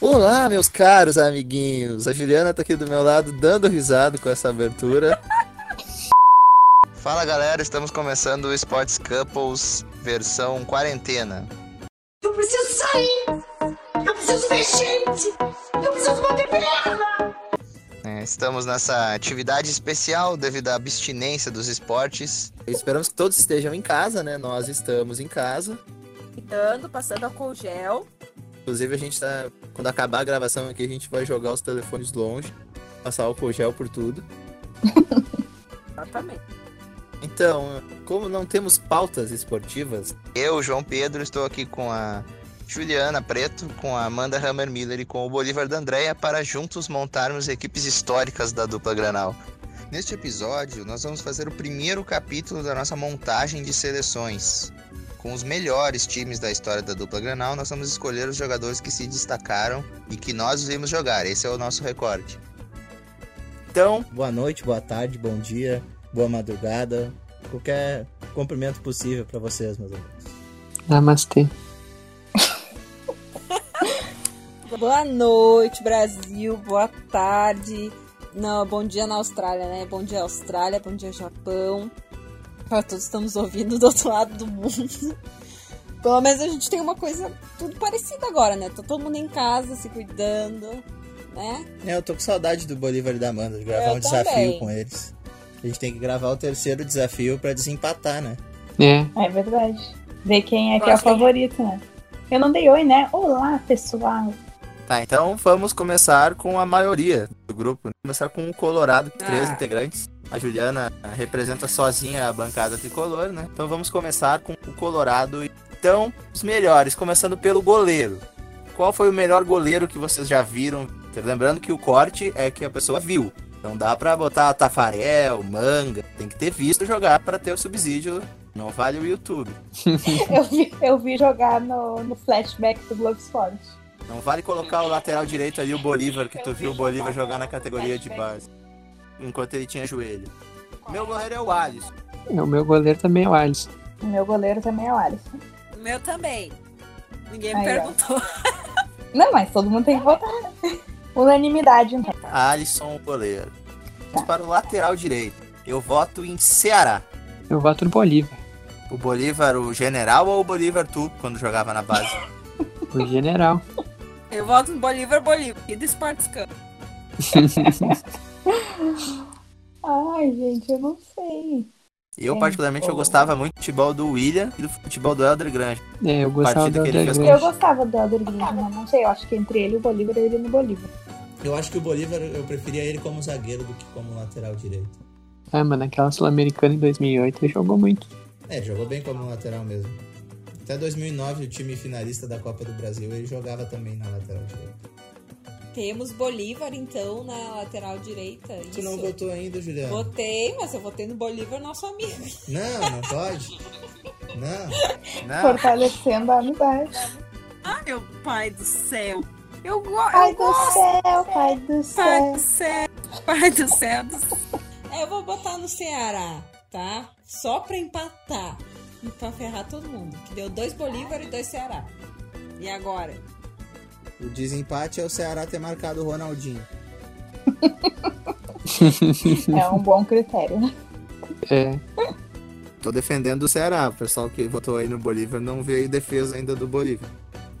Olá, meus caros amiguinhos. A Juliana tá aqui do meu lado dando risada com essa abertura. Fala galera, estamos começando o Sports Couples versão quarentena. Eu preciso sair! Eu preciso ver gente! Eu preciso bater perna! É, estamos nessa atividade especial devido à abstinência dos esportes. Esperamos que todos estejam em casa, né? Nós estamos em casa. Cuidando, passando álcool gel. Inclusive, a gente tá. Quando acabar a gravação aqui, a gente vai jogar os telefones longe, passar álcool gel por tudo. Exatamente. Então, como não temos pautas esportivas, eu, João Pedro, estou aqui com a Juliana Preto, com a Amanda Hammer Miller e com o Bolívar da Andréia para juntos montarmos equipes históricas da dupla Granal. Neste episódio, nós vamos fazer o primeiro capítulo da nossa montagem de seleções. Com os melhores times da história da dupla Granal, nós vamos escolher os jogadores que se destacaram e que nós vimos jogar. Esse é o nosso recorde. Então, Boa noite, boa tarde, bom dia, boa madrugada, qualquer cumprimento possível pra vocês, meus amigos. Namastê. Boa noite, Brasil. Boa tarde. Não, bom dia na Austrália, né? Bom dia, Austrália. Bom dia, Japão. Pra todos que estamos ouvindo do outro lado do mundo. Pelo menos a gente tem uma coisa tudo parecida agora, né? Tá todo mundo em casa, se cuidando, né? É, eu tô com saudade do Bolívar e da Amanda, de gravar Eu um também. desafio com eles. A gente tem que gravar o terceiro desafio pra desempatar, né? É, É verdade. Ver quem é que é o Gosto. favorito, né? Eu não dei oi, né? Olá, pessoal. tá, então vamos começar com a maioria do grupo. né? Começar com o Colorado, com três Ah. integrantes. A Juliana representa sozinha a bancada tricolor, né? Então vamos começar com o Colorado. Então, os melhores, começando pelo goleiro. Qual foi o melhor goleiro que vocês já viram? Lembrando que o corte é que a pessoa viu. Não dá pra botar Tafarel, Manga. Tem que ter visto jogar pra ter o subsídio. Não vale o YouTube. Eu vi, eu vi jogar no, no flashback do Globo Esporte. Não vale colocar o lateral direito ali, o Bolívar, que tu viu o Bolívar jogar na categoria de base. Enquanto ele tinha joelho. Meu goleiro é o Alisson. é, o meu goleiro também é o Alisson. O meu goleiro também é o Alisson. O meu também. Ninguém me Aí, ó. perguntou. Não, mas todo mundo tem que votar. né? Unanimidade, né? Alisson, o goleiro. Vamos para o lateral direito. Eu voto em Ceará. Eu voto no Bolívar. O Bolívar, o general ou o Bolívar tu, quando jogava na base? O general. Eu volto no Bolívar Bolívar. E do Sports Camp. Ai, gente, eu não sei. Eu, Sim. particularmente, eu gostava muito do futebol do William e do futebol do Helder Grande. É, eu gostava Partido do que ele André fez Eu Grande. gostava do Elder Green, mas não sei. Eu acho que entre ele e o Bolívar, eu iria no Bolívar. Eu acho que o Bolívar, eu preferia ele como zagueiro do que como lateral direito. Ah, mano, aquela Sul-Americana em 2008 ele jogou muito. É, ele jogou bem como lateral mesmo. Até 2009, o time finalista da Copa do Brasil, ele jogava também na lateral direita. Temos Bolívar, então, na lateral direita. Tu não Isso. votou ainda, Juliana? Votei, mas eu votei no Bolívar, nosso amigo. Não, não pode. Não. Não, Fortalecendo a amizade. Ah, meu pai do céu. Eu gosto. Pai do céu, pai Pai do céu. do céu. Pai do céu. do céu. É, eu vou botar no Ceará, tá? Só pra empatar. E pra ferrar todo mundo. Que deu dois Bolívar e dois Ceará. E agora? O desempate é o Ceará ter marcado o Ronaldinho. É um bom critério. É, tô defendendo o Ceará. O pessoal que votou aí no Bolívar não veio defesa ainda do Bolívar.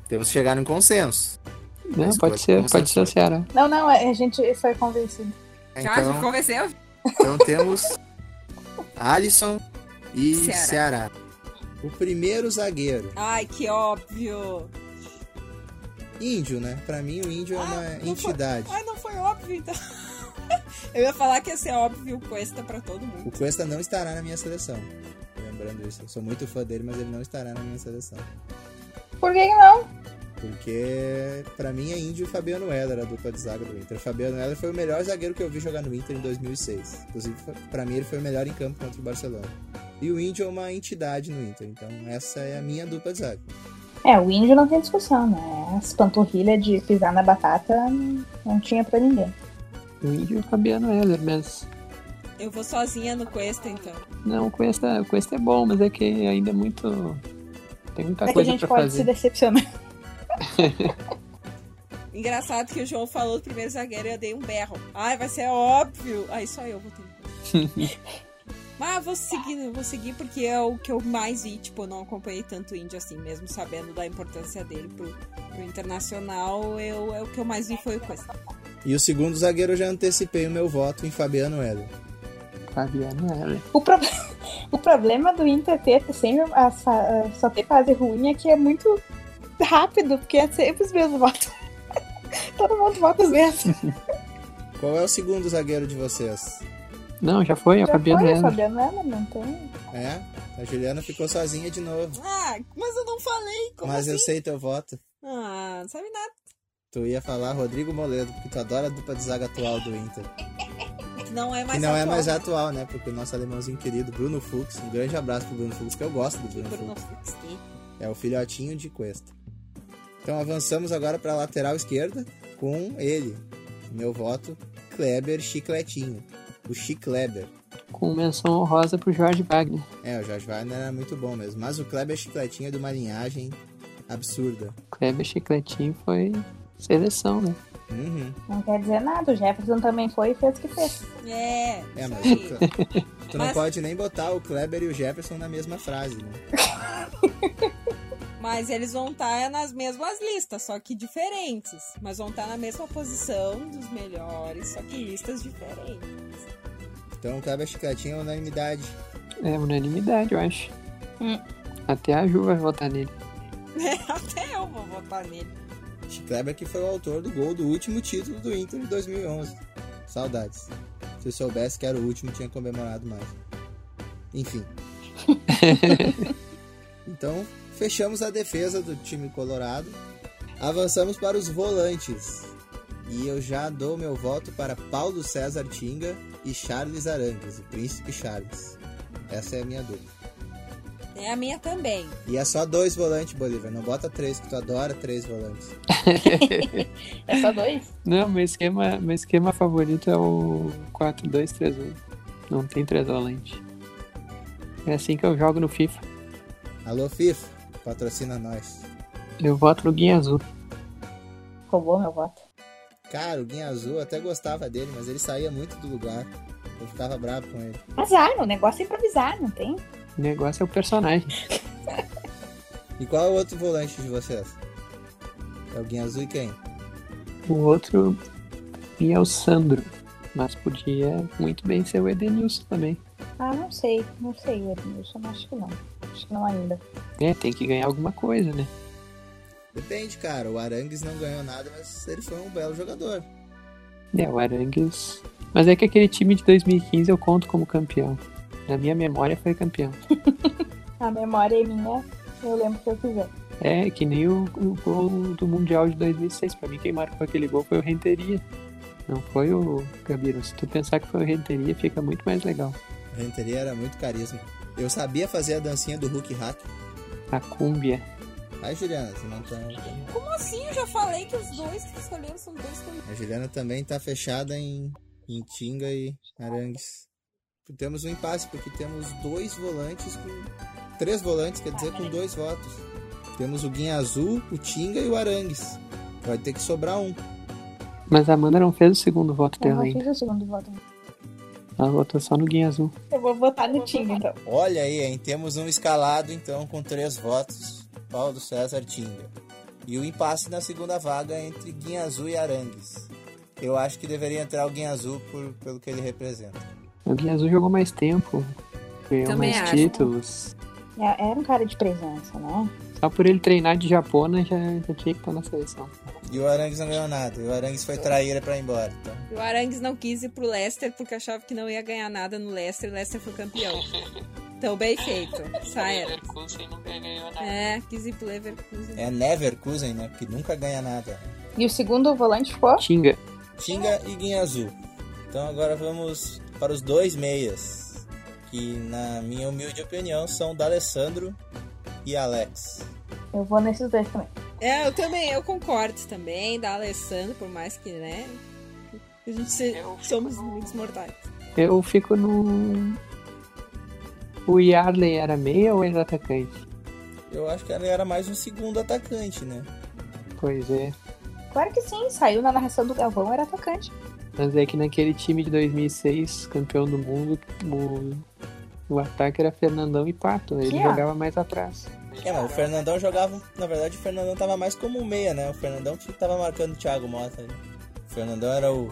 Temos que chegar em consenso. não, Mas né, pode pode ser, começar pode ser o certo. Ceará. Não, não, é, a gente foi convencido. Já me Então, convenceu? então temos Alisson e Ceará. Ceará. O primeiro zagueiro. Ai, que óbvio. Índio, né? Pra mim, o índio é uma Ah, não foi- entidade. Ai, não foi óbvio, então. Eu ia falar que ia ser óbvio Cuesta pra todo mundo. O Cuesta não estará na minha seleção. Lembrando isso. Eu sou muito fã dele, mas ele não estará na minha seleção. Por que que não? Porque, pra mim, é índio e Fabiano Heller, a dupla de zaga do Inter. O Fabiano Heller foi o melhor zagueiro que eu vi jogar no Inter em 2006. Inclusive, foi- pra mim, ele foi o melhor em campo contra o Barcelona. E o índio é uma entidade no Inter. Então, essa é a minha dupla de zaga. É, o índio não tem discussão, né? As panturrilhas de pisar na batata não- não tinha pra ninguém. O índio e o Fabiano Heller, mas. Eu vou sozinha no Cuesta, então. Não, o Cuesta, o Cuesta é bom, mas é que ainda é muito. Tem muita É que a coisa gente pra pode se fazer. decepcionar. Engraçado que o João falou do primeiro zagueiro e eu dei um berro. Ai, vai ser óbvio. Aí só eu vou ter. Mas eu vou seguir, eu vou seguir porque é o que eu mais vi, tipo, eu não acompanhei tanto o Índio assim, mesmo sabendo da importância dele pro, pro internacional, eu, é o que eu mais vi foi o Coisa. E o segundo zagueiro eu já antecipei o meu voto em Fabiano Heller. Fabiano Heller. O, pro- o problema do Inter ter sempre as fa- só ter fase ruim é que é muito rápido, porque é sempre os mesmos votos. Todo mundo vota os mesmos. Qual é o segundo zagueiro de vocês? Não, já foi, é o Já Fabiano foi o Heller. Fabiano Ela, não tem. É? A Juliana ficou sozinha de novo. Ah, mas eu não falei, como mas eu assim? sei teu voto. Ah, não sabe nada. Tu ia falar Rodrigo Moledo, porque tu adora a dupla de zaga atual do Inter. Que não é mais que não é atual, mais né? atual, né? Porque o nosso alemãozinho querido, Bruno Fux, um grande abraço pro Bruno Fux, que eu gosto do Bruno, Bruno Fux. Fux, que- É o filhotinho de Cuesta. Então avançamos agora pra lateral esquerda com ele. Meu voto, Kleber Chicletinho. O Chicleber. Com menção honrosa pro Jorge Wagner. É, o Jorge Wagner era muito bom mesmo. Mas o Kleber Chicletinho é de uma linhagem absurda. Kleber Chicletinho foi seleção, né? Uhum. Não quer dizer nada, o Jefferson também foi e fez o que fez. É, É, isso mas aí. o Cle- tu não Mas- pode nem botar o Kleber e o Jefferson na mesma frase, né? Mas eles vão estar nas mesmas listas, só que diferentes. Mas vão estar na mesma posição dos melhores, só que listas diferentes. Então o Kleber Chicletinho é unanimidade. É unanimidade, eu acho. Hum. Até a Ju vai votar nele. Até eu vou votar nele. Chick Kleber que foi o autor do gol do último título do Inter de 2011. Saudades. Se eu soubesse que era o último, tinha comemorado mais. Enfim. então, fechamos a defesa do time colorado. Avançamos para os volantes. E eu já dou meu voto para Paulo César Tinga e Charles Arangues, o príncipe Charles. Essa é a minha dúvida. É a minha também. E é só dois volantes, Bolívar. Não bota três, que tu adora três volantes. É só dois? Não, meu esquema, meu esquema favorito é o 4-2-3-1. Não tem três volante. É assim que eu jogo no FIFA. Alô, FIFA, patrocina nós. Eu voto no Guinha Azul. Roubou meu voto. Cara, o Guinha Azul eu até gostava dele, mas ele saía muito do lugar. Eu ficava bravo com ele. Azar, o negócio é improvisar, não tem? O negócio é o personagem. E qual é o outro volante de vocês? É o Guinha Azul e quem? O outro é o Sandro. Mas podia muito bem ser o Edenilson também. Ah, não sei, não sei, Edmilson, acho que não. Acho que não ainda. É, tem que ganhar alguma coisa, né? Depende, cara. O Arangues não ganhou nada, mas ele foi um belo jogador. É, o Arangues. Mas é que aquele time de 2015 eu conto como campeão. Na minha memória foi campeão. A memória é minha, eu lembro o que eu quiser. É, que nem o, o gol do Mundial de 2006. Pra mim, quem marcou aquele gol foi o Renteria. Não foi o Gabiro. Se tu pensar que foi o Renteria, fica muito mais legal. O Renteria era muito carisma. Eu sabia fazer a dancinha do Hulk Hack. A Cúmbia. A Juliana, se não tá... Como assim? Eu já falei que os dois que escolheram são dois que eu A Juliana também tá fechada em, em Tinga e Arangues. Temos um impasse, porque temos dois volantes com. Três volantes, quer dizer, com dois votos. Temos o Guinha Azul, o Tinga e o Arangues. Vai ter que sobrar um. Mas a Amanda não fez o segundo voto Eu dela não ainda. fiz o segundo voto. Ela votou só no Guinha Azul. Eu vou votar no time, então. Olha aí, hein? Temos um escalado, então, com três votos. Paulo César Tinga. E o impasse na segunda vaga entre Guinha Azul e Arangues. Eu acho que deveria entrar o Guinha Azul por- pelo que ele representa. O Guinha Azul jogou mais tempo. Ganhou Também mais acho. títulos. É, era um cara de presença, né? Só por ele treinar de Japona, já, já tinha que estar na seleção. E o Arangues não ganhou nada. E o Arangues foi traíra pra ir embora. Então, E o Arangues não quis ir pro Leicester porque achava que não ia ganhar nada no Leicester. O Leicester foi campeão. Então, bem feito. Sai, Arangues. É, quis ir pro Leverkusen. É Neverkusen, né? Que nunca ganha nada. E o segundo volante ficou? Tinga. Tinga e Guinha Azul. Então agora vamos para os dois meias. Que, na minha humilde opinião, são D'Alessandro e Alex. Eu vou nesses dois também. É, eu também, eu concordo também, da Alessandro, por mais que, né? A gente se- somos muitos mortais. Eu fico no. O Yarley era meia ou era atacante? Eu acho que ele era mais um segundo atacante, né? Pois é. Claro que sim, saiu na narração do Galvão, era atacante. Mas é que naquele time de 2006, campeão do mundo, o, o ataque era Fernandão e Pato. né? Ele Aqui, ó. jogava mais atrás. É, mas o Fernandão jogava. Na verdade, o Fernandão tava mais como um meia, né? O Fernandão que tava marcando o Thiago Mota. Né? O Fernandão era o,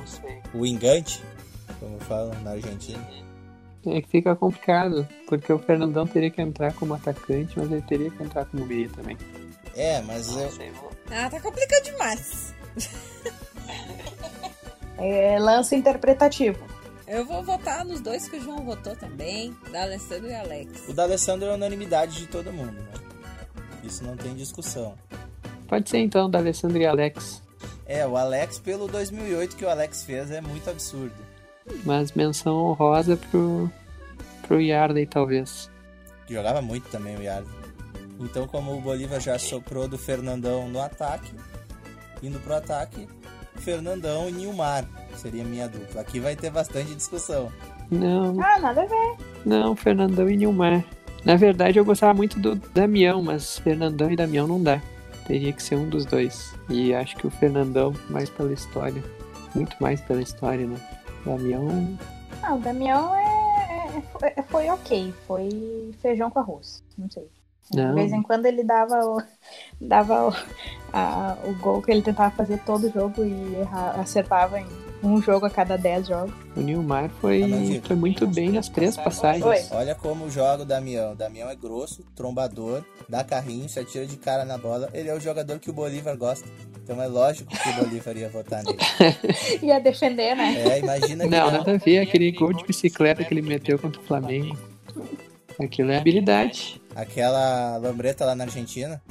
o wingante, como falam na Argentina. É que fica complicado, porque o Fernandão teria que entrar como atacante, mas ele teria que entrar como meia também. É, mas eu, Ah, tá complicado demais. É, lance interpretativo. Eu vou votar nos dois que o João votou também, da Alessandro e Alex. o da Alessandro é a unanimidade de todo mundo, né? Isso não tem discussão. Pode ser então, da Alessandro e Alex. É, o Alex, pelo 2008 que o Alex fez, é muito absurdo. Mas menção honrosa pro, pro Yardley, talvez. Que jogava muito também o Yarden. Então, como o Bolívar já soprou do Fernandão no ataque, indo pro ataque, Fernandão e Nilmar seria minha dupla. Aqui vai ter bastante discussão. Não, Ah, nada a ver. não, Fernandão e Nilmar. Na verdade, eu gostava muito do Damião, mas Fernandão e Damião não dá. Teria que ser um dos dois. E acho que o Fernandão, mais pela história. Muito mais pela história, né? Damião, Ah, o Damião é, é- foi, foi ok, foi feijão com arroz, não sei. De não. vez em quando ele dava o, dava o, a- o gol que ele tentava fazer todo jogo e erra- acertava em um jogo a cada dez jogos. O Nilmar foi, Ah, não, Diego. foi muito bem nas três passagens. Oi. Olha como joga o Damião. O Damião é grosso, trombador, dá carrinho, se atira de cara na bola. Ele é o jogador que o Bolívar gosta. Então é lógico que o Bolívar ia votar nele. Ia defender, né? É, imagina que Não, né? nada a ver. Aquele gol de bicicleta que ele meteu contra o Flamengo. Aquilo é habilidade. aquela lambreta lá na Argentina.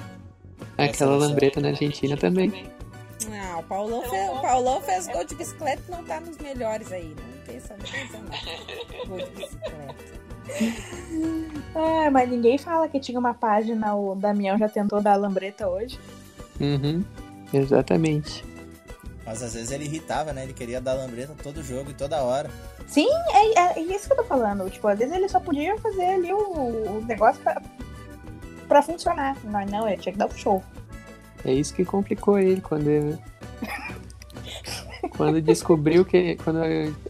Aquela lambreta na Argentina também. Ah, o Paulão, fez, o Paulão fez gol de bicicleta e não tá nos melhores aí. né? Não tem essa coisa, não. Gol de bicicleta. Ah, mas ninguém fala que tinha uma página, o Damião já tentou dar a lambreta hoje. Uhum, exatamente. Mas às vezes ele irritava, né? Ele queria dar lambreta todo jogo e toda hora. É, é- é isso que eu tô falando, tipo, às vezes ele só podia fazer ali o, o negócio pra, pra funcionar. Mas não, ele tinha que dar um show. É isso que complicou ele quando ele... quando descobriu que quando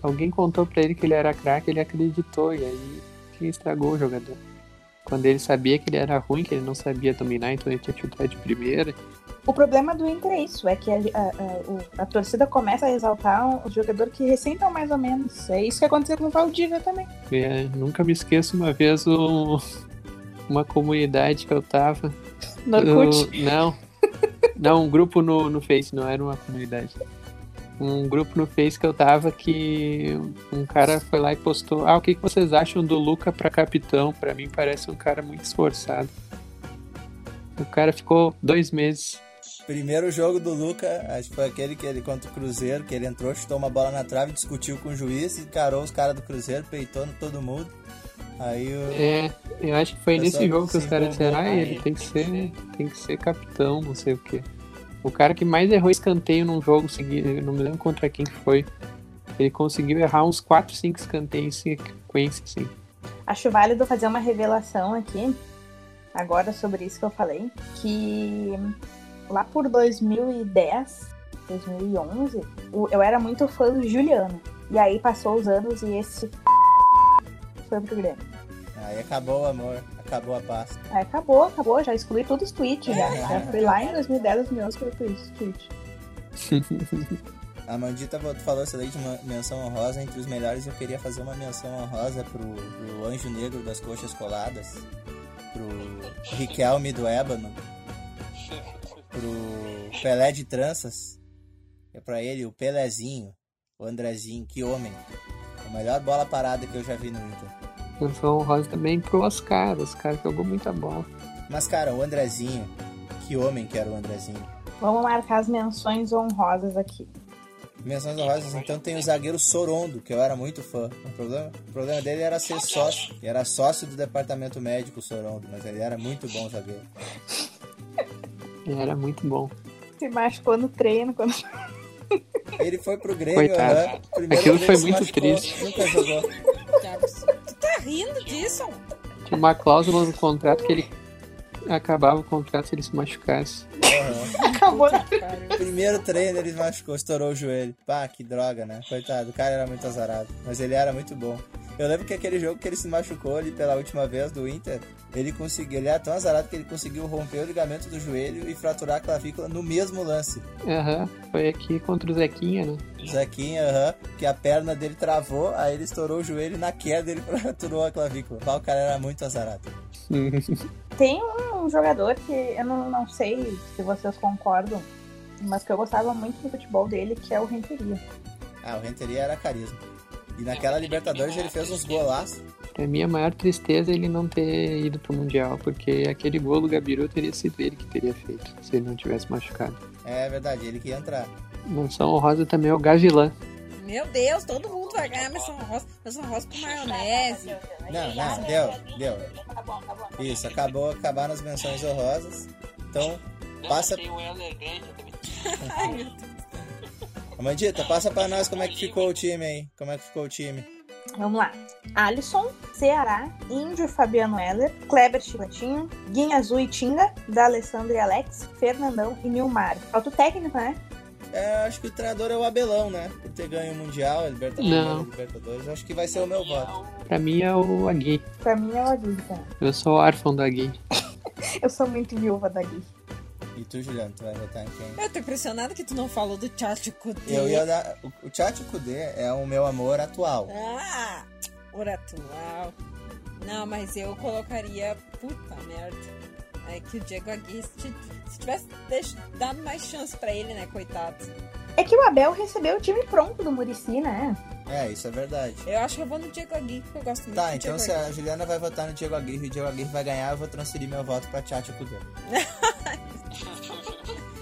alguém contou pra ele que ele era craque, ele acreditou e aí que estragou o jogador. Quando ele sabia que ele era ruim, que ele não sabia dominar, então ele tinha que chutar de primeira. O problema do Inter é isso, é que a, a- a- o- a torcida começa a exaltar um- o jogador que recém-tão mais ou menos. É isso que aconteceu com o Valdívia também. É, nunca me esqueço uma vez um- uma comunidade que eu tava No Orkut. Eu- não. Não, um grupo no, no Face, não era uma comunidade. Um grupo no Face que eu tava que um cara foi lá e postou: Ah, o que que vocês acham do Luca pra capitão? Pra mim parece um cara muito esforçado. O cara ficou dois meses. Primeiro jogo do Luca, acho que foi aquele que ele contra o Cruzeiro, que ele entrou, chutou uma bola na trave, discutiu com o juiz, encarou os caras do Cruzeiro, peitou no todo mundo. Aí o- É, eu acho que foi Pessoal, nesse jogo que os se caras disseram: Ah, envolveu, ele tem que ser, tem que ser capitão, não sei o quê. O cara que mais errou escanteio num jogo seguido, eu não me lembro contra quem que foi. Ele conseguiu errar uns 4, 5 escanteios em sequência, assim. Acho válido fazer uma revelação aqui, agora sobre isso que eu falei, que lá por 2010, 2011, o- eu era muito fã do Juliano. E aí passou os anos e esse foi pro Grêmio. aí acabou o amor, acabou a paz. Aí acabou, acabou, já excluí todos os tweets já. já fui lá em 2010, 2011, que eu excluí os tweets. A Mandita vo- falou isso daí de uma menção honrosa entre os melhores. Eu queria fazer uma menção honrosa pro, pro Anjo Negro das Coxas Coladas, pro Riquelme do Ébano, pro Pelé de Tranças. É pra ele o Pelezinho, o Andrezinho, que homem. A melhor bola parada que eu já vi no Inter. Menção honrosa também pro Oscar. Oscar jogou muita bola. Mas, cara, o Andrezinho, que homem que era o Andrezinho. Vamos marcar as menções honrosas aqui. Menções honrosas, então tem o zagueiro Sorondo, que eu era muito fã. O problema, o problema dele era ser sócio. Ele era sócio do departamento médico, o Sorondo, mas ele era muito bom zagueiro. Ele era muito bom. Se machucou no treino, quando Ele foi pro Grêmio, Coitado. aham, primeiro Aquilo Grêmio foi se muito triste. Nunca jogou. Que absurdo. Tu tá rindo disso? Tinha uma cláusula no contrato que ele acabava o contrato se ele se machucasse. Porra. Acabou na Primeiro treino ele machucou, estourou o joelho. Pá, que droga, né? Coitado, o cara era muito azarado. Mas ele era muito bom. Eu lembro que aquele jogo que ele se machucou ali pela última vez do Inter, ele conseguiu. Ele era tão azarado que ele conseguiu romper o ligamento do joelho e fraturar a clavícula no mesmo lance. Aham, foi aqui contra o Zequinha, né? Zequinha, aham, que a perna dele travou, aí ele estourou o joelho e na queda ele fraturou a clavícula. Pá, o cara era muito azarado. Tem um jogador que eu não, não sei se vocês concordam, mas que eu gostava muito do futebol dele, que é o Renteria. Ah, o Renteria era carisma. E naquela Libertadores ele fez uns golaços. pra mim, a maior tristeza é ele não ter ido pro Mundial, porque aquele gol do Gabiru teria sido ele que teria feito, se ele não tivesse machucado. É verdade, ele que ia entrar. Menção honrosa também é o Gavilã. Meu Deus, todo mundo vai ganhar Mason Rosa. Mason Rosa com maionese. Não, não, deu, deu. Tá Isso, acabou, acabaram as menções honrosas. Então, passa. Tem o Helder Grande também. Amandita, passa pra nós como é que ficou o time aí. Como é que ficou o time? Vamos lá. Alisson, Ceará, Índio e Fabiano Heller, Kleber Chicotinho, Guinha Azul e Tinga, D'Alessandro e Alex, Fernandão e Nilmar. Falta o técnico, né? É, acho que o treinador é o Abelão, né? Por ter ganho o Mundial, a Libertadores, Não. a Libertadores. Acho que vai ser o meu voto. Pra mim é o Agui. Pra mim é o Agui, cara. Eu sou órfão do Agui. Eu sou muito viúva da Gui. E tu, Juliano, tu vai votar em quem? Eu tô impressionada que tu não falou do Tchatcho Kudê. Eu ia dar. O Tchatcho Kudê é o meu amor atual. Ah, oratual. Não, mas eu colocaria... Puta merda. É que o Diego Aguirre, se, se tivesse deix- dado mais chance pra ele, né, coitado. É que o Abel recebeu o time pronto do Murici, né? É, isso é verdade. Eu acho que eu vou no Diego Aguirre, porque eu gosto muito Tá, do então Diego se a Juliana vai votar no Diego Aguirre e o Diego Aguirre vai ganhar, eu vou transferir meu voto pra Tchatcho Kudê. Aguirre.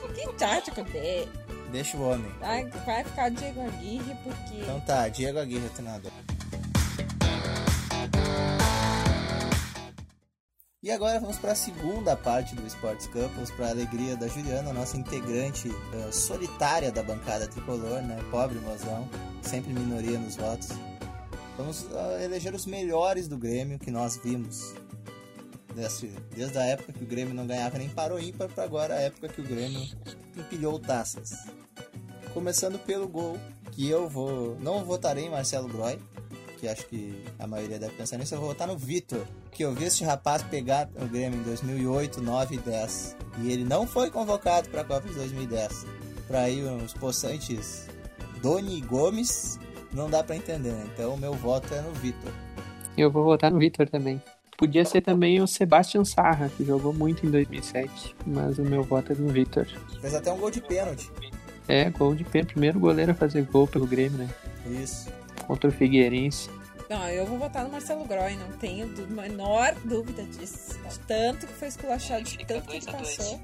Um Que Tchatcho Kudê? Deixa o homem. Ai, Vai ficar o Diego Aguirre, porque... Então tá, Diego Aguirre, treinador. E agora vamos para a segunda parte do Sports Campus, para a alegria da Juliana, nossa integrante eh, solitária da bancada tricolor, né? Pobre mozão, sempre minoria nos votos. Vamos ah, eleger os melhores do Grêmio que nós vimos. Desde, desde a época que o Grêmio não ganhava nem para o ímpar, para agora a época que o Grêmio empilhou taças. Começando pelo gol que eu vou. Não votarei em Marcelo Groy, que acho que a maioria deve pensar nisso. Eu vou votar no Vitor, que eu vi este rapaz pegar o Grêmio em 2008, 9 e 10. E ele não foi convocado para a Copa de 2010. Para aí os possantes Doni e Gomes, não dá para entender, né? Então meu voto é no Vitor. Eu vou votar no Vitor também. Podia ser também o Sebastian Sarra, que jogou muito em 2007, mas o meu voto é no Vitor. Fez até um gol de pênalti. É, gol de pênalti. Primeiro goleiro a fazer gol pelo Grêmio, né? Isso. Contra o Figueirense. Não, eu vou votar no Marcelo Groy, não tenho du- menor dúvida disso. De tanto que foi esculachado, de tanto que ele passou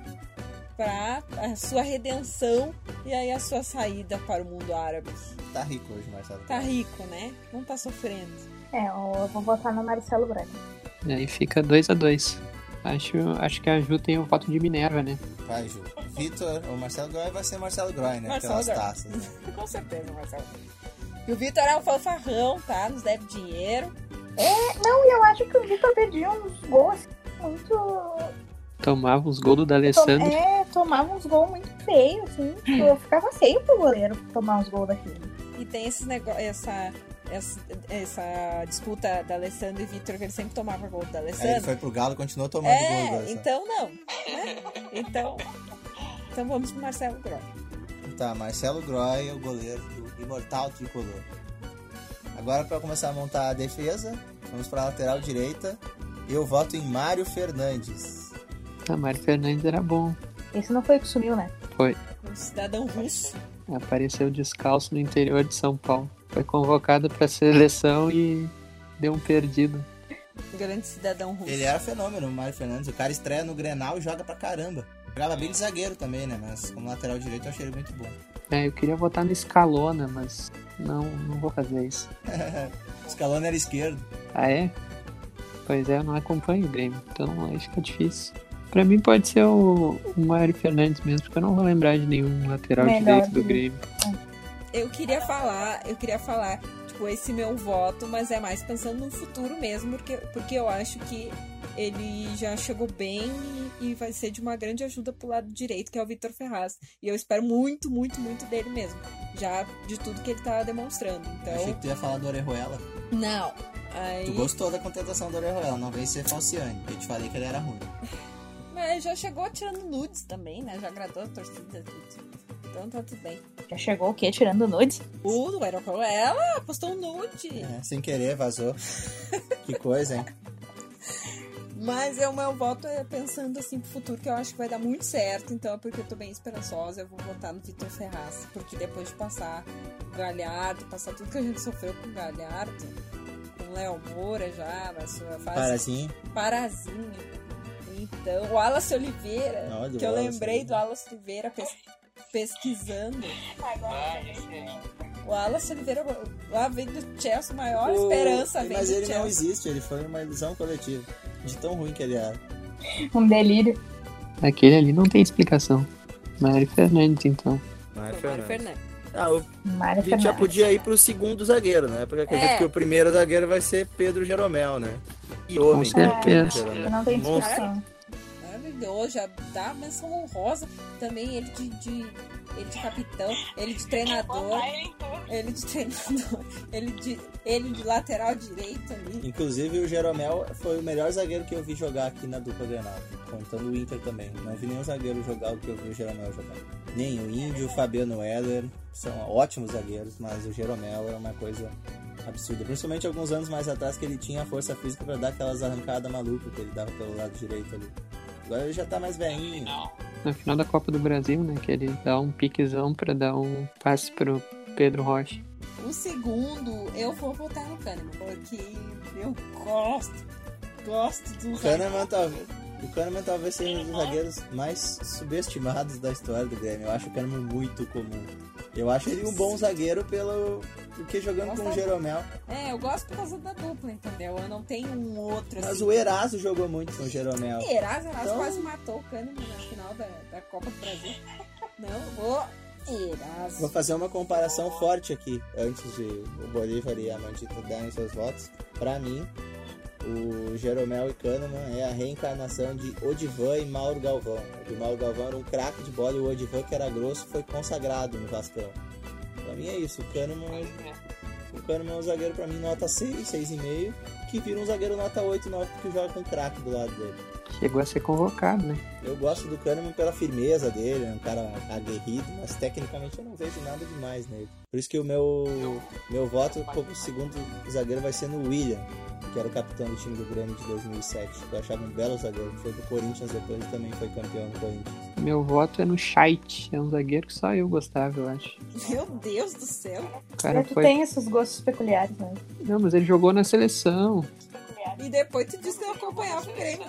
pra a sua redenção e aí a sua saída para o mundo árabe. Tá rico hoje, Marcelo. Tá Groy. rico, né? Não tá sofrendo. É, eu vou votar no Marcelo Branco. E aí fica 2 a 2 Acho, acho que a Ju tem o voto de Minerva, né? Vai, Ju. Vitor, o Marcelo Groy vai ser Marcelo Groy, né? Marcelo Pelas Groy. taças. Com certeza, Marcelo. E o Vitor é um fanfarrão, tá? Nos deve dinheiro. É, Não, e eu acho que o Vitor perdia uns gols assim, muito. Tomava os gols do Tom- D'Alessandro. É, tomava uns gols muito feios, assim. Eu ficava feio pro goleiro tomar uns gols daquele. E tem esses negócios, essa, essa, essa disputa da Alessandro e Vitor, que ele sempre tomava gol da Aí ele Alessandro. foi pro Galo e continuou tomando gol. É, Groy, sabe? então não. né? Então, então vamos pro Marcelo Groy. Tá, Marcelo Groy é o goleiro do Imortal Tricolor. Agora, pra começar a montar a defesa, vamos pra lateral direita. Eu voto em Mário Fernandes. Ah, Mário Fernandes era bom. Esse não foi o que sumiu, né? Um cidadão russo. Apareceu descalço no interior de São Paulo. Foi convocado pra seleção e deu um perdido. Um grande cidadão russo. Ele é era fenômeno, o Mário Fernandes. O cara estreia no Grenal e joga pra caramba. Jogava bem de zagueiro também, né? Mas como lateral direito eu achei ele muito bom. É, eu queria votar no Escalona, mas não, não vou fazer isso. Escalona era esquerdo. Ah, é? Pois é, eu não acompanho o Grêmio, então aí fica difícil. Pra mim pode ser o, o Mário Fernandes mesmo, porque eu não vou lembrar de nenhum lateral Melhor direito do que- Grêmio. Eu queria falar, eu queria falar, tipo, esse meu voto, mas é mais pensando no futuro mesmo, porque, porque eu acho que ele já chegou bem e, e vai ser de uma grande ajuda pro lado direito, que é o Vitor Ferraz. E eu espero muito, muito, muito dele mesmo. Já de tudo que ele tá demonstrando. Eu achei Então, que tu ia falar do Orejuela. não. Aí, Tu gostou da contratação do Orejuela, não veio ser falciane, porque eu te falei que ele era ruim. mas já chegou tirando nudes também, né? Já agradou a torcida tudo. Então tá tudo bem. Já chegou o quê? Tirando nude? O Era com ela postou um nude. É, sem querer, vazou. que coisa, hein? Mas eu, eu voto é, pensando assim pro futuro, que eu acho que vai dar muito certo. Então, é porque eu tô bem esperançosa, eu vou votar no Vitor Ferraz. Porque depois de passar o Galhardo, passar tudo que a gente sofreu com o Galhardo, com o Léo Moura já, na sua Para fase assim. parazinho. Então, o Alas Oliveira, Olha o que eu é Wallace né? lembrei Oliveira. do Alas Oliveira pes- pesquisando. Agora O Alas Oliveira lá veio do Chelsea, maior esperança veio Mas do ele Chelsea. não existe, ele foi uma ilusão coletiva. De tão ruim que ele era. Um delírio. Aquele ali não tem explicação. Mário Fernandes, então. Foi o Mário Mário Fernandes. Fernandes. é Ah, É o- Mário a gente já Fernandes. podia ir pro segundo zagueiro, né? Porque acredito É. que o primeiro zagueiro vai ser Pedro Jeromel, né? E Com homem. certeza. Eu não tem Monstro. discussão. maravilhoso, já dá menção honrosa também ele de, de- ele de capitão, ele de treinador, ele de treinador, ele de ele de lateral direito ali. Inclusive, o Jeromel foi o melhor zagueiro que eu vi jogar aqui na dupla Grenal. Contando o Inter também. Não vi nenhum zagueiro jogar o que eu vi o Jeromel jogar. Nem o Índio, o Fabiano Heller. São ótimos zagueiros, mas o Jeromel era uma coisa absurda. Principalmente alguns anos mais atrás que ele tinha a força física pra dar aquelas arrancadas malucas que ele dava pelo lado direito ali. Agora ele já tá mais velhinho. Na final da Copa do Brasil, né? Que ele dá um piquezão pra dar um passe pro Pedro Rocha. O segundo, eu vou votar no Kahneman, porque eu gosto, gosto do O Kahneman talvez. O Kahneman talvez seja um dos zagueiros mais subestimados da história do Grêmio. Eu acho o Kahneman muito comum. Eu acho ele um bom zagueiro pelo. Porque jogando com o Jeromel. É, eu gosto por causa da dupla, entendeu? Eu não tenho um outro Mas assim. o Eraso jogou muito com o Jeromel. Erasmo Erasmo Então- quase matou o Kahneman na final da, da Copa do Brasil. Não vou. Erasmo. Vou fazer uma comparação forte aqui, antes de o Bolívar e a Mandita darem seus votos. Pra mim, o Jeromel e Kahneman é a reencarnação de Odivan e Mauro Galvão. O Mauro Galvão era um craque de bola e o Odivan, que era grosso, foi consagrado no Vascão. Pra mim é isso, o Kahneman, o Kahneman é um zagueiro pra mim nota 6, 6,5, que vira um zagueiro nota 8, 9, porque joga com craque do lado dele. Chegou a ser convocado, né? Eu gosto do Kahneman pela firmeza dele, é um cara aguerrido, mas tecnicamente eu não vejo nada demais nele. Por isso que o meu, meu voto como segundo zagueiro vai ser no William, que era o capitão do time do Grêmio de 2007, que eu achava um belo zagueiro, que foi do Corinthians depois e também foi campeão do Corinthians. Meu voto é no Scheidt. É um zagueiro que só eu gostava, eu acho. Meu Deus do céu! O cara tu foi. tem esses gostos peculiares, né? Não, mas ele jogou na seleção. E depois tu disse que eu acompanhava o Grêmio.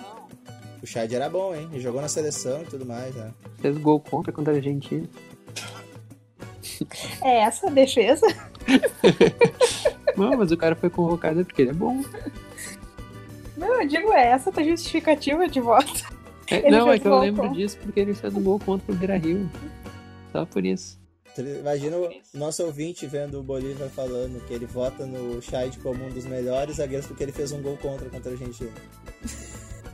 O Chad era bom, hein? Ele jogou na seleção e tudo mais, né? Fez gol contra contra a Argentina. É essa a defesa? Não, mas o cara foi convocado porque ele é bom. Não, eu digo é essa tá justificativa de voto. É, Ele não, é fez que eu gol lembro contra. disso porque ele fez um gol contra o Beira Rio. Só por isso. Tre- Imagina o nosso ouvinte vendo o Bolívar falando que ele vota no Chad como um dos melhores zagueiros porque ele fez um gol contra contra a Argentina.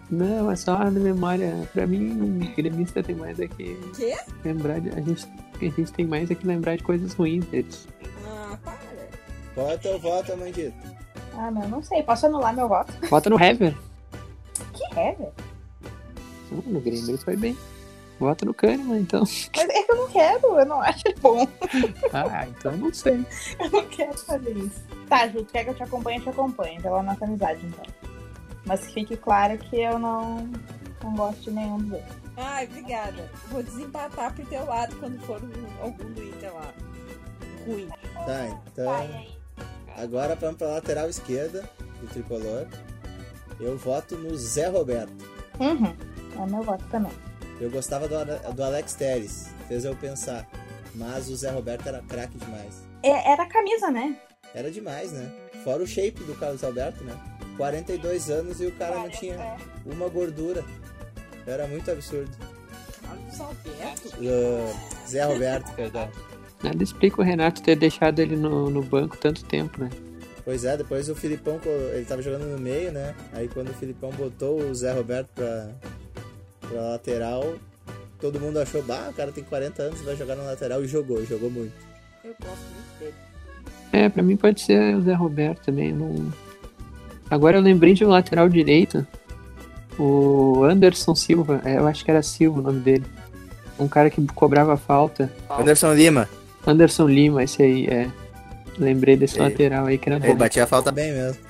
Não, é só a memória. Pra mim, gremista tem mais é que Quê? lembrar de. A gente, a gente tem mais é que lembrar de coisas ruins deles. Ah, para! Qual é o teu voto, Amandita? Ah, não, não sei. Posso anular meu voto? Bota no Hever. Que é, velho? Hum, no Grêmio ele foi bem. Bota no Kahneman, então. Mas é que eu não quero, eu não acho bom. Ah, então não sei. Eu não quero fazer isso. Tá, Ju, tu quer que eu te acompanhe? Eu te acompanho, pela nossa amizade, então. Mas que fique claro que eu não, não gosto de nenhum dos outros. Ai, obrigada. Vou desempatar pro teu lado quando for um- algum do Inter lá. Ruim. Tá, então. Agora vamos pra lateral esquerda do tricolor. Eu voto no Zé Roberto. Uhum. É meu voto também. Eu gostava do, Ale- do Alex Teres, fez eu pensar. Mas o Zé Roberto era craque demais. É, era a camisa, né? Era demais, né? Fora o shape do Carlos Alberto, né? 42 anos e o cara não tinha uma gordura. Era muito absurdo. Carlos Alberto. Ah, Zé Roberto, perdão. Nada explica o Renato ter deixado ele no, no banco tanto tempo, né? Pois é, depois o Filipão, co- ele tava jogando no meio, né? Aí quando o Filipão botou o Zé Roberto pra, pra lateral, todo mundo achou, bah, o cara tem 40 anos, vai jogar na lateral e jogou, e jogou muito. Eu gosto muito dele. É, pra mim pode ser o Zé Roberto também. eu Não... Agora eu lembrei de um lateral direito, o Anderson Silva, é, eu acho que era Silva o nome dele. Um cara que cobrava falta. Anderson Lima. Anderson Lima, esse aí, é. Lembrei desse Ele- lateral aí que era Ele bom. batia a falta Tá bem. bem mesmo.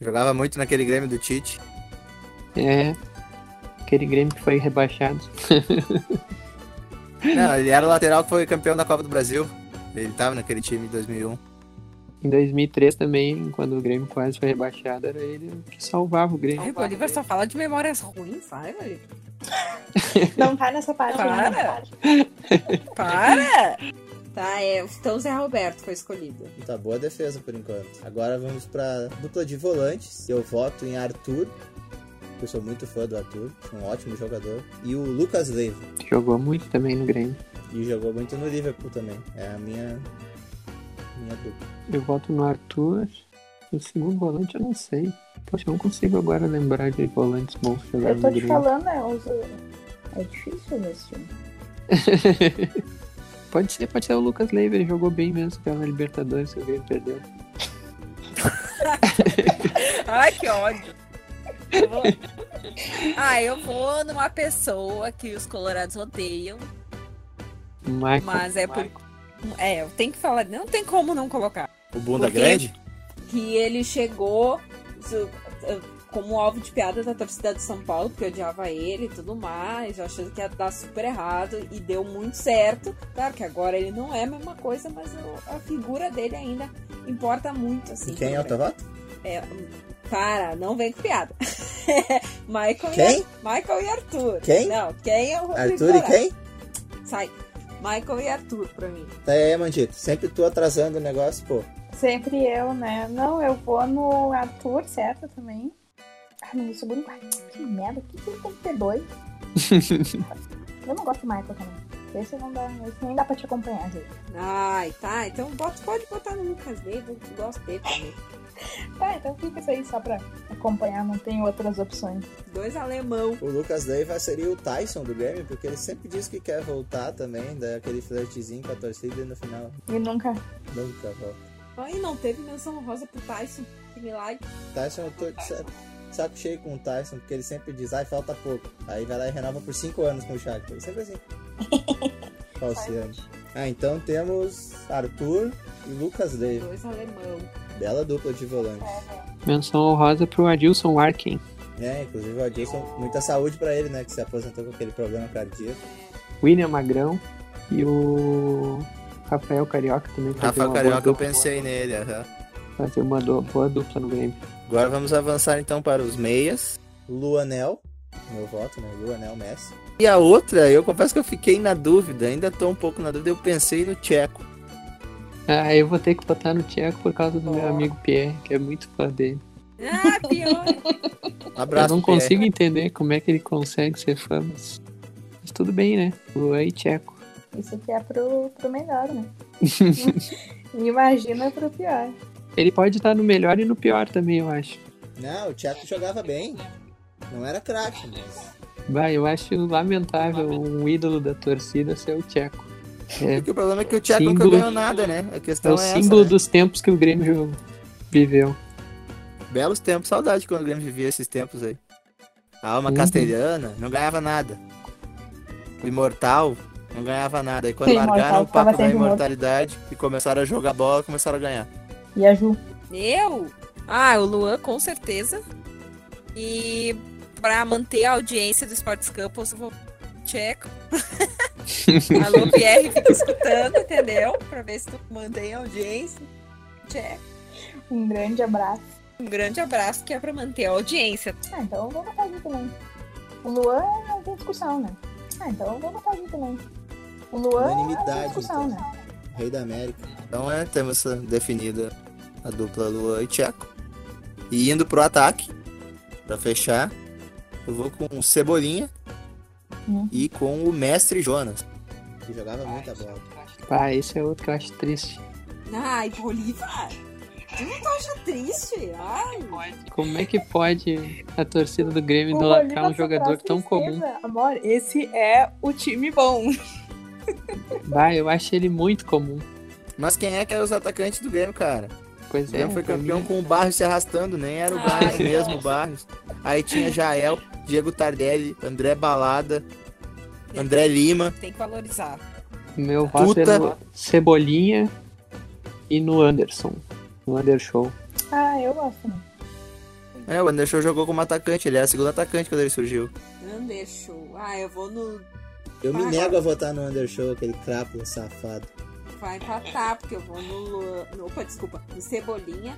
Jogava muito naquele Grêmio do Tite. É. Aquele Grêmio que foi rebaixado. Não, ele era o lateral que foi campeão da Copa do Brasil. Ele tava naquele time em 2001. Em 2003 também, quando o Grêmio quase foi rebaixado, era ele que salvava o Ai, É Grêmio. o Bolívar só fala de memórias Tá ruins, sai, Bolívar. Não tá nessa parte. Para. não, não tá. Para! Tá, é, então o Zé Roberto foi escolhido. Tá boa a defesa por enquanto. Agora vamos pra dupla de volantes. Eu voto em Arthur. que Eu sou muito fã do Arthur, um ótimo jogador. E o Lucas Leiva. Jogou muito também no Grêmio. E jogou muito no Liverpool também. É a minha. Minha dupla. Eu voto no Arthur. O segundo volante eu não sei. Poxa, eu não consigo agora lembrar de volantes bons que jogaram Eu tô no te Grêmio. falando, é, os- é difícil nesse time. Pode ser, pode ser o Lucas Leiva, ele jogou bem mesmo pela Libertadores que o Grêmio perdeu. Ai, que ódio! Eu vou- Ah, eu vou numa pessoa que os colorados odeiam, Michael, mas é por. É, eu tenho que falar, não tem como não colocar. O bunda Porque- grande? Que ele chegou zo- eh, como alvo de piada da torcida do São Paulo, porque odiava ele e tudo mais, eu achando que ia dar super errado e deu muito certo. Claro que agora ele não é a mesma coisa, mas o- a figura dele ainda importa muito, assim. E quem é o também. teu voto? É, para, não vem com piada. Michael, E, Quem? Michael e Arthur. Quem? Não, quem é o Rodrigo Arthur e Dourado? quem? Sai. Michael e Arthur pra mim. Tá aí, Mandito. Sempre tu atrasando o negócio, pô. Sempre eu, né? Não, eu vou no Arthur, certo? Também. Ah, mas o segundo quarto. Que merda, por que, que ele tem que ter dois? eu não gosto do Michael também. Esse, não dá, esse nem dá pra te acompanhar, gente. Ai, tá. Então bota- pode botar no Lucas Leiva, eu gosto dele também. Tá, então fica isso aí só pra acompanhar, não tem outras opções. Dois alemão. O Lucas Leiva seria o Tyson do Grêmio, porque ele sempre diz que quer voltar também, dá aquele flertezinho com a torcida e no final E nunca. nunca volta. Ai, não teve menção rosa pro Tyson. Que milagre. Tyson, eu tô de sa- saco cheio com o Tyson, porque ele sempre diz, ai, falta pouco. Aí vai lá e renova por 5 anos com o Shakhtar. Sempre assim. Falciano. Ah, então temos Arthur e Lucas Leiva. Dois alemão. Bela dupla de volante. é, Menção honrosa pro Adilson Arken. É, inclusive o Adilson, muita saúde pra ele, né? Que se aposentou com aquele problema cardíaco. William Magrão e o Rafael Carioca também. fazer Rafael uma boa Carioca, eu dupla- pensei nele. aham. Fazer uma do- boa dupla no Grêmio. Agora vamos avançar então para os meias. Luanel, meu voto, né? Luanel Messi. E a outra, eu confesso que eu fiquei na dúvida, ainda tô um pouco na dúvida, eu pensei no Tcheco. Ah, eu vou ter que botar no Tcheco por causa do meu Ó. amigo Pierre, que é muito fã dele. Ah, pior! Um abraço. eu não Pierre. consigo entender como é que ele consegue ser fã, mas, mas tudo bem, né? Luan e Tcheco. Isso aqui é pro, pro melhor, né? Imagina pro pior. Ele pode estar no melhor e no pior também, eu acho. Não, o Thiago jogava bem. Não era craque, mas. Vai, eu acho lamentável um ídolo da torcida ser o Tcheco. É, Porque o problema é que o Tcheco nunca Símbolo. ganhou nada, né? A é questão Então é, o símbolo essa. né? dos tempos que o Grêmio viveu. Belos tempos, saudade quando o Grêmio vivia esses tempos aí. A alma Uhum. castelhana não ganhava nada. O Imortal não ganhava nada. E quando Sim, largaram Imortal, o tava papo da sempre morto. imortalidade e começaram a jogar bola, começaram a ganhar. E a Ju. Eu? Ah, o Luan, com certeza. E pra manter a audiência do Sports Campus, eu vou checo. Alô, Pierre, fica escutando, entendeu? Pra ver se tu mantém a audiência. Checo. Um grande abraço. Um grande abraço que é pra manter a audiência. Ah, então eu vou botar aqui também. O Luan não tem discussão, né? Ah, então eu vou botar aqui também. O Luan não tem Unanimidade, discussão, então. né? Rei da América. Então é, temos essa definida a dupla Lua e Tcheco. E indo pro ataque, pra fechar, eu vou com o Cebolinha Hum. e com o Mestre Jonas. Que jogava muita bola. Ah, Pá, esse é outro que eu acho triste. Ai, Bolívar. Tu não tá achando triste? Ai, Como é que pode a torcida do Grêmio O idolatrar Bolívar um jogador só traz tão comum? tristeza. Amor, esse é o time bom. Bah, eu acho ele muito comum. Mas quem é que era os atacantes do Grêmio, cara? O Pois é. Grêmio foi pra mim campeão com o Barros se arrastando, nem era o Ah, Barros não. mesmo, o Barros. Aí tinha Jael, Diego Tardelli, André Balada, André Lima. Tem que valorizar. Meu voto é Tuta. no Cebolinha e no Anderson. No Undershow. Ah, eu gosto. É, o Anderson jogou como atacante, ele era segundo atacante quando ele surgiu. não deixou. Ah, eu vou no. Eu me Ah, nego a votar no Undershow, aquele crápula safado. Vai empatar, porque eu vou no. Luan- no- Opa, desculpa. No Cebolinha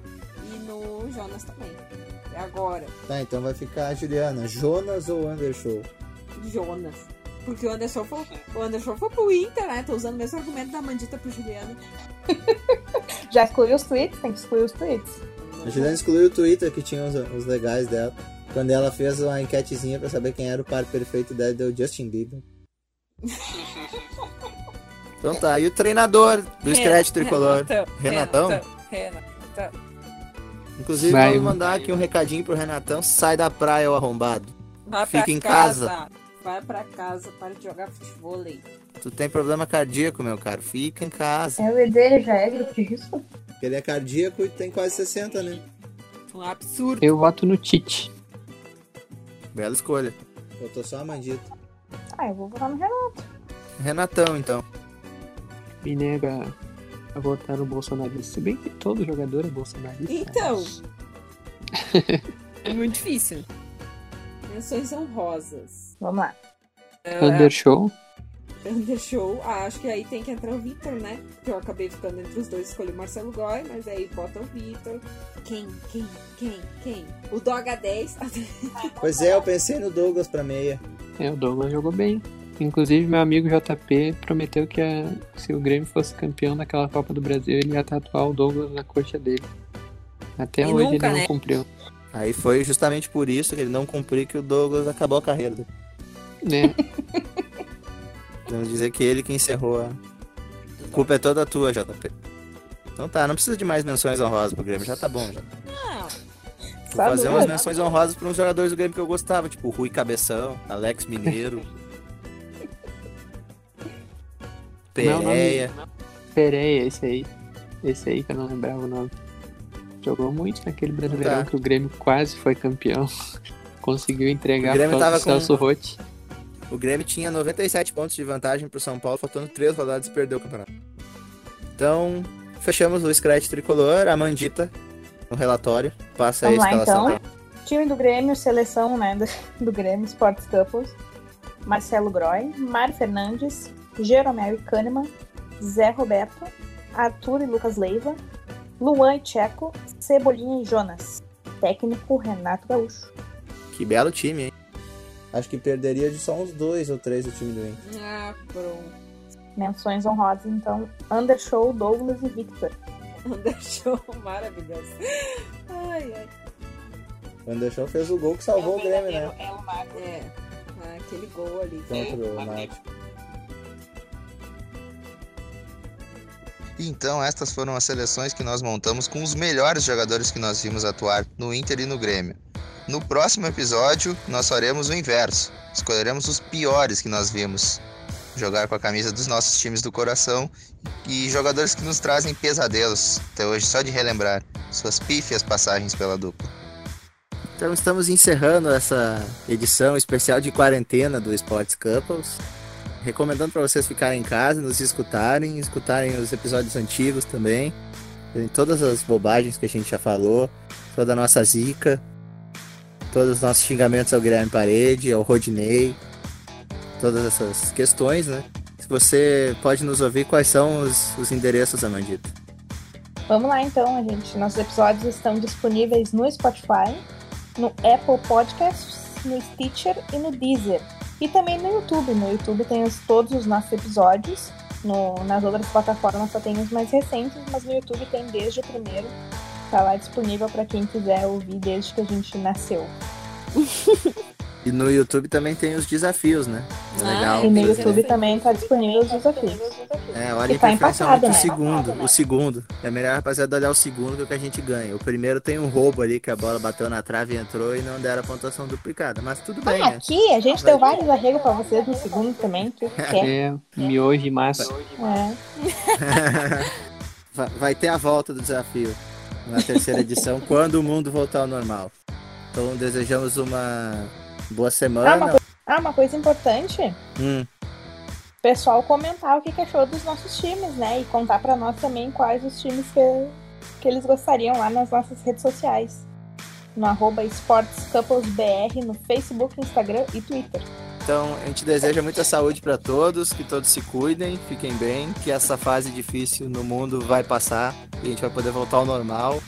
e no Jonas também. E agora, Tá, então vai ficar a Juliana, Jonas ou Undershow? Jonas. Porque o Anderson foi, o Anderson foi pro Inter, né? Tô usando o mesmo argumento da Mandita pro Juliano. Já excluiu os tweets? Tem que excluir os tweets. A Juliana excluiu o Twitter que tinha os, os legais dela. Quando ela fez uma enquetezinha pra saber quem era o par perfeito dela, deu Justin Bieber. Então tá, e o treinador do Scratch Tricolor. Renatão? Renatão. Renatão. Inclusive, Vai, vamos vai. mandar aqui um recadinho pro Renatão, sai da praia, ô arrombado. Vai Fica pra em Vai pra casa, para de jogar futebol aí. Tu tem problema cardíaco, meu cara, fica em casa. É, o ED ele já é grupo de risco? Porque ele é cardíaco e tem quase 60, né? Um absurdo. Eu voto no Tite. Bela escolha. Botou só a mandita. Ah, eu vou votar no Renato. Renatão, então. Me nega a votar no bolsonarista. Se bem que todo jogador é bolsonarista. Então. É muito difícil. Menções honrosas. Vamos lá. Undershow. Undershow. Ah, acho que aí tem que entrar o Vitor, né? Que eu acabei ficando entre os dois, escolhi o Marcelo Goy, mas aí bota o Vitor. Quem, quem, quem, quem? O Doga 10. Pois é, eu pensei no Douglas pra meia. É, o Douglas jogou bem. Inclusive, meu amigo JP prometeu que a- se o Grêmio fosse campeão daquela Copa do Brasil, ele ia tatuar o Douglas na coxa dele. Até E hoje nunca, ele não né? cumpriu. Aí foi justamente por isso que ele não cumpriu que o Douglas acabou a carreira. dele. Né? Vamos dizer que ele que encerrou a... a culpa é toda tua, JP. Então tá, não precisa de mais menções honrosas pro Grêmio, já tá bom. Já. Vou Sabe, fazer né? umas menções honrosas para uns jogadores do Grêmio que eu gostava, tipo Rui Cabeção, Alex Mineiro. Não, não, Pereia. Pereia, esse aí. Esse aí que eu não lembrava o nome. Jogou muito naquele brasileirão Tá. que o Grêmio quase foi campeão. Conseguiu entregar O Grêmio por causa tava do com- Celso Rotti. O Grêmio tinha 97 pontos de vantagem pro São Paulo, faltando três rodadas e perdeu o campeonato. Então, fechamos o Scratch Tricolor, a Mandita, no relatório. Passa aí a Vamos lá, escalação. então. Time do Grêmio, seleção né, do, do Grêmio, Sports Couples, Marcelo Groy, Mário Fernandes, Jeromel e Kahneman, Zé Roberto, Arthur e Lucas Leiva, Luan e Tcheco, Cebolinha e Jonas. Técnico Renato Gaúcho. Que belo time, hein? Acho que perderia de só uns dois ou três o time do Inter. ah, pronto. Menções honrosas, então, Undershow, Douglas e Victor. Undershow, maravilhoso. Ai, ai. O Anderson fez o gol que salvou o Grêmio, né? É, ah, aquele gol ali. Contra o Náutico. Então, estas foram as seleções que nós montamos com os melhores jogadores que nós vimos atuar no Inter e no Grêmio. No próximo episódio, nós faremos o inverso. Escolheremos os piores que nós vimos jogar com a camisa dos nossos times do coração e jogadores que nos trazem pesadelos até hoje, só de relembrar suas pífias passagens pela dupla. Então estamos encerrando essa edição especial de quarentena do Sports Couples. Recomendando para vocês ficarem em casa, nos escutarem, escutarem os episódios antigos também. Tem todas as bobagens que a gente já falou, toda a nossa zica, todos os nossos xingamentos ao Guilherme Parede, ao Rodinei, todas essas questões, né? Se você pode nos ouvir, quais são os, os endereços, Amandita? Vamos lá então, gente. Nossos episódios estão disponíveis no Spotify, no Apple Podcasts, no Stitcher e no Deezer. E também no YouTube. No YouTube tem os- todos os nossos episódios. No- nas outras plataformas só tem os mais recentes, mas no YouTube tem desde o primeiro. Tá lá disponível para quem quiser ouvir desde que a gente nasceu. E no YouTube também tem os desafios, né? Ah, Legal. E no Vocês- YouTube também tá disponível os desafios. É, olha Que tá a preferência empatado, muito o né? segundo. Empatado, né? O segundo. É melhor, rapaziada, olhar o segundo que é o que a gente ganha. O primeiro tem um roubo ali, que a bola bateu na trave e entrou e não deram a pontuação duplicada. Mas tudo Tá bem, né? Ah, Aqui, a gente deu vários arregos pra vocês no segundo também, que quer. É, miojo e massa. Tá. É. Va- Vai ter a volta do desafio na terceira edição, quando o mundo voltar ao normal. Então desejamos uma boa Ah, uma semana. coi- ah, uma coisa importante, o Hum, pessoal comentar o que que achou dos nossos times, né? E contar pra nós também quais os times que, que eles gostariam lá nas nossas redes sociais. No arroba esportescouplesbr, no Facebook, Instagram e Twitter. então a gente deseja muita saúde para todos, que todos se cuidem, fiquem bem, que essa fase difícil no mundo vai passar e a gente vai poder voltar ao normal,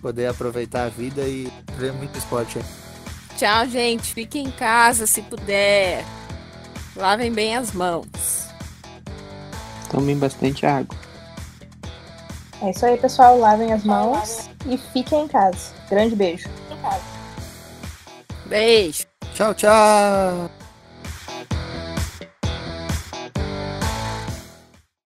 poder aproveitar a vida e ver muito esporte. aí. Tchau, gente. Fiquem em casa se puder. Lavem bem as mãos. Tomem bastante água. É isso aí, pessoal. É, Lavem as mãos e fiquem em casa. Grande beijo. Beijo. Tchau, tchau!